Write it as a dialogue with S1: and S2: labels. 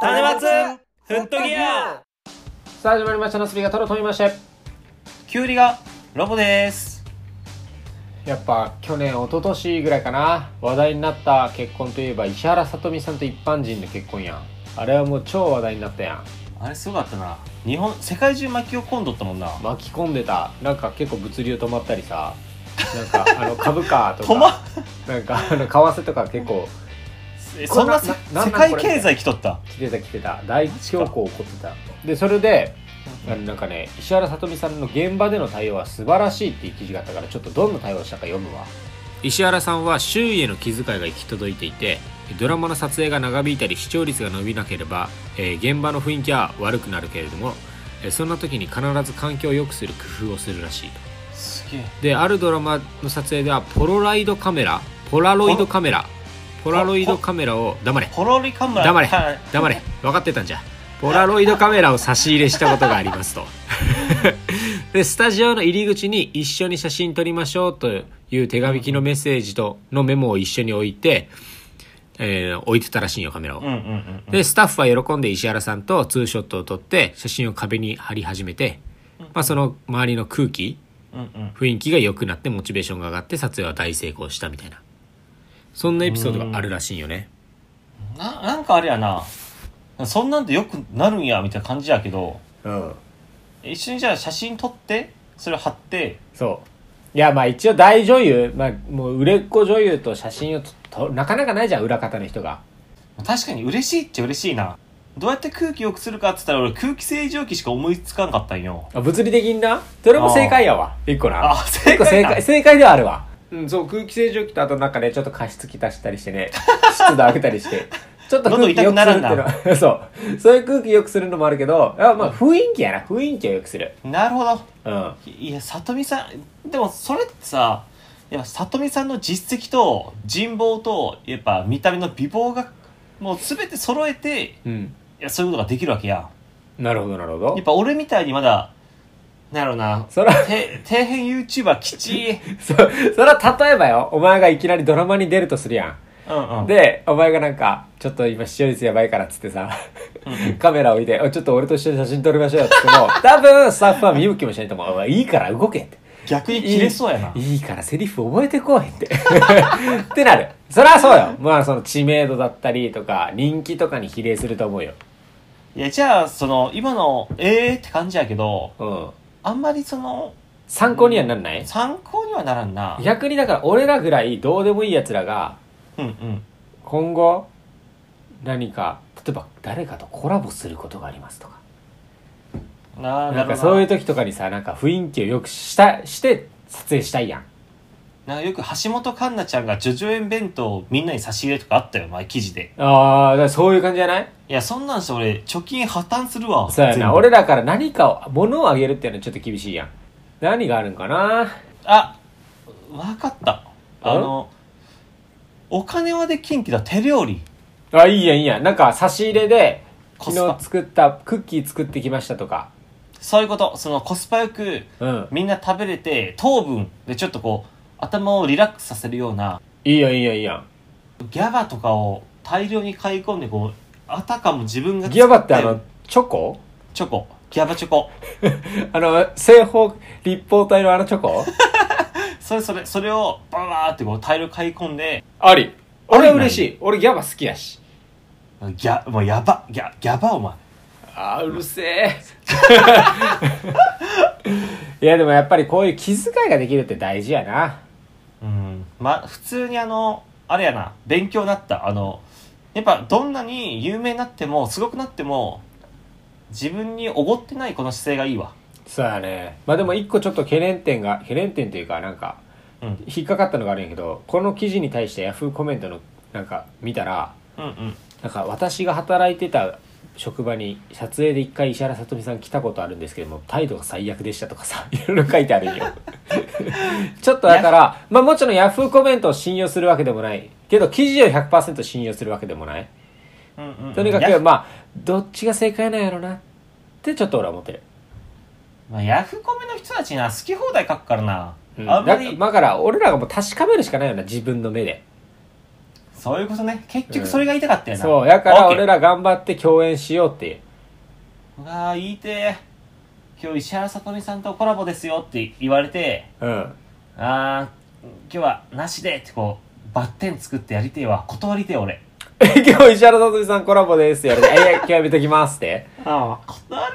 S1: 種松フットギア
S2: さあ始まりましたなすびがトロとみまして
S1: きゅうりがロボです
S2: やっぱ去年一昨年ぐらいかな話題になった結婚といえば石原さとみさんと一般人の結婚やんあれはもう超話題になったやん
S1: あれすごかったな日本世界中巻き込んどったもんな
S2: 巻き込んでたなんか結構物流止まったりさなんかあの株価 と
S1: 止ま
S2: かなんかあの為替とか結構
S1: えそんなせ
S2: なな
S1: 世界経済来とった
S2: 来てた来てた大恐慌起こってたでそれであのなんかね石原さとみさんの現場での対応は素晴らしいっていう記事があったからちょっとどんな対応したか読むわ石原さんは周囲への気遣いが行き届いていてドラマの撮影が長引いたり視聴率が伸びなければ、えー現場の雰囲気は悪くなるけれども、えーそんな時に必ず環境を良くする工夫をするらしいと
S1: すげえ
S2: であるドラマの撮影ではポロライドカメラポラロイドカメラポラロイドカメラを黙れ
S1: ポロリカムラ
S2: 黙れ
S1: はい
S2: 黙れ分かってたんじゃポラロイドカメラを差し入れしたことがありますと でスタジオの入り口に一緒に写真撮りましょうという手紙きのメッセージとのメモを一緒に置いて、えー置いてたらしいんよカメラを、
S1: うんうんうん
S2: でスタッフは喜んで石原さんとツーショットを撮って写真を壁に貼り始めて、まあ、その周りの空気
S1: うんうん
S2: 雰囲気が良くなってモチベーションが上がって撮影は大成功したみたいなそんなエピソードがあるらしいんよね
S1: ななんかあれやなそんなんでよくなるんやみたいな感じやけど
S2: うん
S1: 一緒にじゃあ写真撮ってそれ貼って
S2: そう。いや、まあ一応大女優、まあもう売れっ子女優と写真をととなかなかないじゃん、裏方の人が。
S1: 確かに嬉しいっちゃ嬉しいなどうやって空気良くするかっつったら俺空気清浄機しか思いつかんかったんよ
S2: あ物理的にな。それも正解やわ。一個な。
S1: あ正
S2: 一個
S1: 解
S2: 正
S1: だ
S2: 解、正解ではあるわ。うん、そう、空気清浄機とあとなんかね、ちょっと加湿器足したりしてね、 湿度上げたりして。ちょっと空気良くするっていうの
S1: 喉痛
S2: は、そう。そういう空気良くするのもあるけど、あまあ雰囲気やな。雰囲気を良くする。
S1: なるほど
S2: うん。
S1: いや、さとみさん、でもそれってさ、やっぱさとみさんの実績と人望と、やっぱ見た目の美貌が、もう全て揃えて、い
S2: うん。
S1: や、そういうことができるわけや。
S2: なるほど、なるほど
S1: やっ。ぱ俺みたいにまだ、なんやろな、
S2: そら、
S1: て底辺 YouTuber きちい。
S2: そ、そら例えばよ、お前がいきなりドラマに出るとするやん。
S1: うんうん。
S2: で、お前がなんか、ちょっと今視聴率やばいからっつってさ、カメラ置いて、おちょっと俺と一緒に写真撮りましょうよっつっても、多分スタッフは見向きもしないと思うおい。いいから動けって。
S1: 逆に切れそうやな。
S2: いいからセリフ覚えてこいって。 ってなる。そりゃそうよ。まあその知名度だったりとか、人気とかに比例すると思うよ。
S1: いや、じゃあ、その、今の、ええー、って感じやけど、
S2: うん。
S1: あんまりその、
S2: 参考にはなんない
S1: 参考にはならんな。
S2: 逆にだから俺らぐらいどうでもいい奴らが、
S1: うんうん。
S2: 今後何か例えば誰かとコラボすることがありますとか
S1: な
S2: なんかそういう
S1: と。
S2: 時とかにさなんか雰囲気をよくしたして撮影したいやん
S1: なんかよく橋本環奈ちゃんが叙々苑弁当をみんなに差し入れとかあったよ、前記事で。
S2: あーだからそういう感じじゃない
S1: いや、そんなんして俺、貯金破綻するわ。
S2: そうや
S1: 全
S2: な
S1: 部
S2: 俺らから何かを物をあげるっていうのはちょっと厳しいやん何があるんかな
S1: あ、わかった。あの、お金はで金気だ、手料理。
S2: あいいやんいいやんなんか差し入れで
S1: コ
S2: 昨
S1: スパ
S2: 日作ったクッキー作ってきましたとか
S1: そういうこと。そのコスパよく、
S2: うん
S1: みんな食べれて、糖分でちょっとこう、頭をリラックスさせるような、
S2: いいやんいいやんいいやん
S1: ギャバとかを大量に買い込んで、こう、あたかも自分が
S2: ギャバってあの、チョコ
S1: チョコ。ギャバチョコ。
S2: あの正方立方体のあのチョコ
S1: それそれ、それを、バーってこう、大量に買い込んで、
S2: あり俺は嬉し
S1: あ
S2: い俺ギャバ好きやし
S1: ギャ、もうやば、ギャ、ギャバお前。
S2: あーうるせえ いやでもやっぱりこういう気遣いができるって大事やな
S1: うん、まあ普通にあのあれやな勉強になったあのやっぱどんなに有名になってもすごくなっても自分におごってないこの姿勢がいいわ
S2: そうやねまあでも一個ちょっと懸念点が懸念点というかなんか
S1: うん
S2: 引っかかったのがあるんやけどこの記事に対してヤフーコメントのなんか見たら
S1: うんうん
S2: なんか私が働いてた職場に撮影で一回石原さとみさん来たことあるんですけども態度が最悪でしたとかさ いろいろ書いてあるんよちょっとだからまあもちろんヤフーコメントを信用するわけでもないけど記事を100%信用するわけでもない
S1: うんうんうん
S2: とにか
S1: ヤ
S2: く
S1: フ,、
S2: まあどっちが正解なんやろなってちょっと俺は思ってる、
S1: まあ、ヤフコメの人たちな好き放題書くからな、
S2: うん、
S1: あ
S2: だ
S1: んま
S2: だ
S1: り
S2: から俺らがもう確かめるしかないよな自分の目で
S1: そういうことね結局それが言いたかったよな、
S2: そうやから俺
S1: ら
S2: ら頑張って共演しようって
S1: ああ言いてえ今日石原さとみさんとコラボですよって言われて
S2: うん
S1: ああ今日はなしでってこうバッテン作ってやりてえわ断りてえ俺
S2: え今日石原さとみさんコラボですって言われて「いや今日やめときます」って
S1: ああ断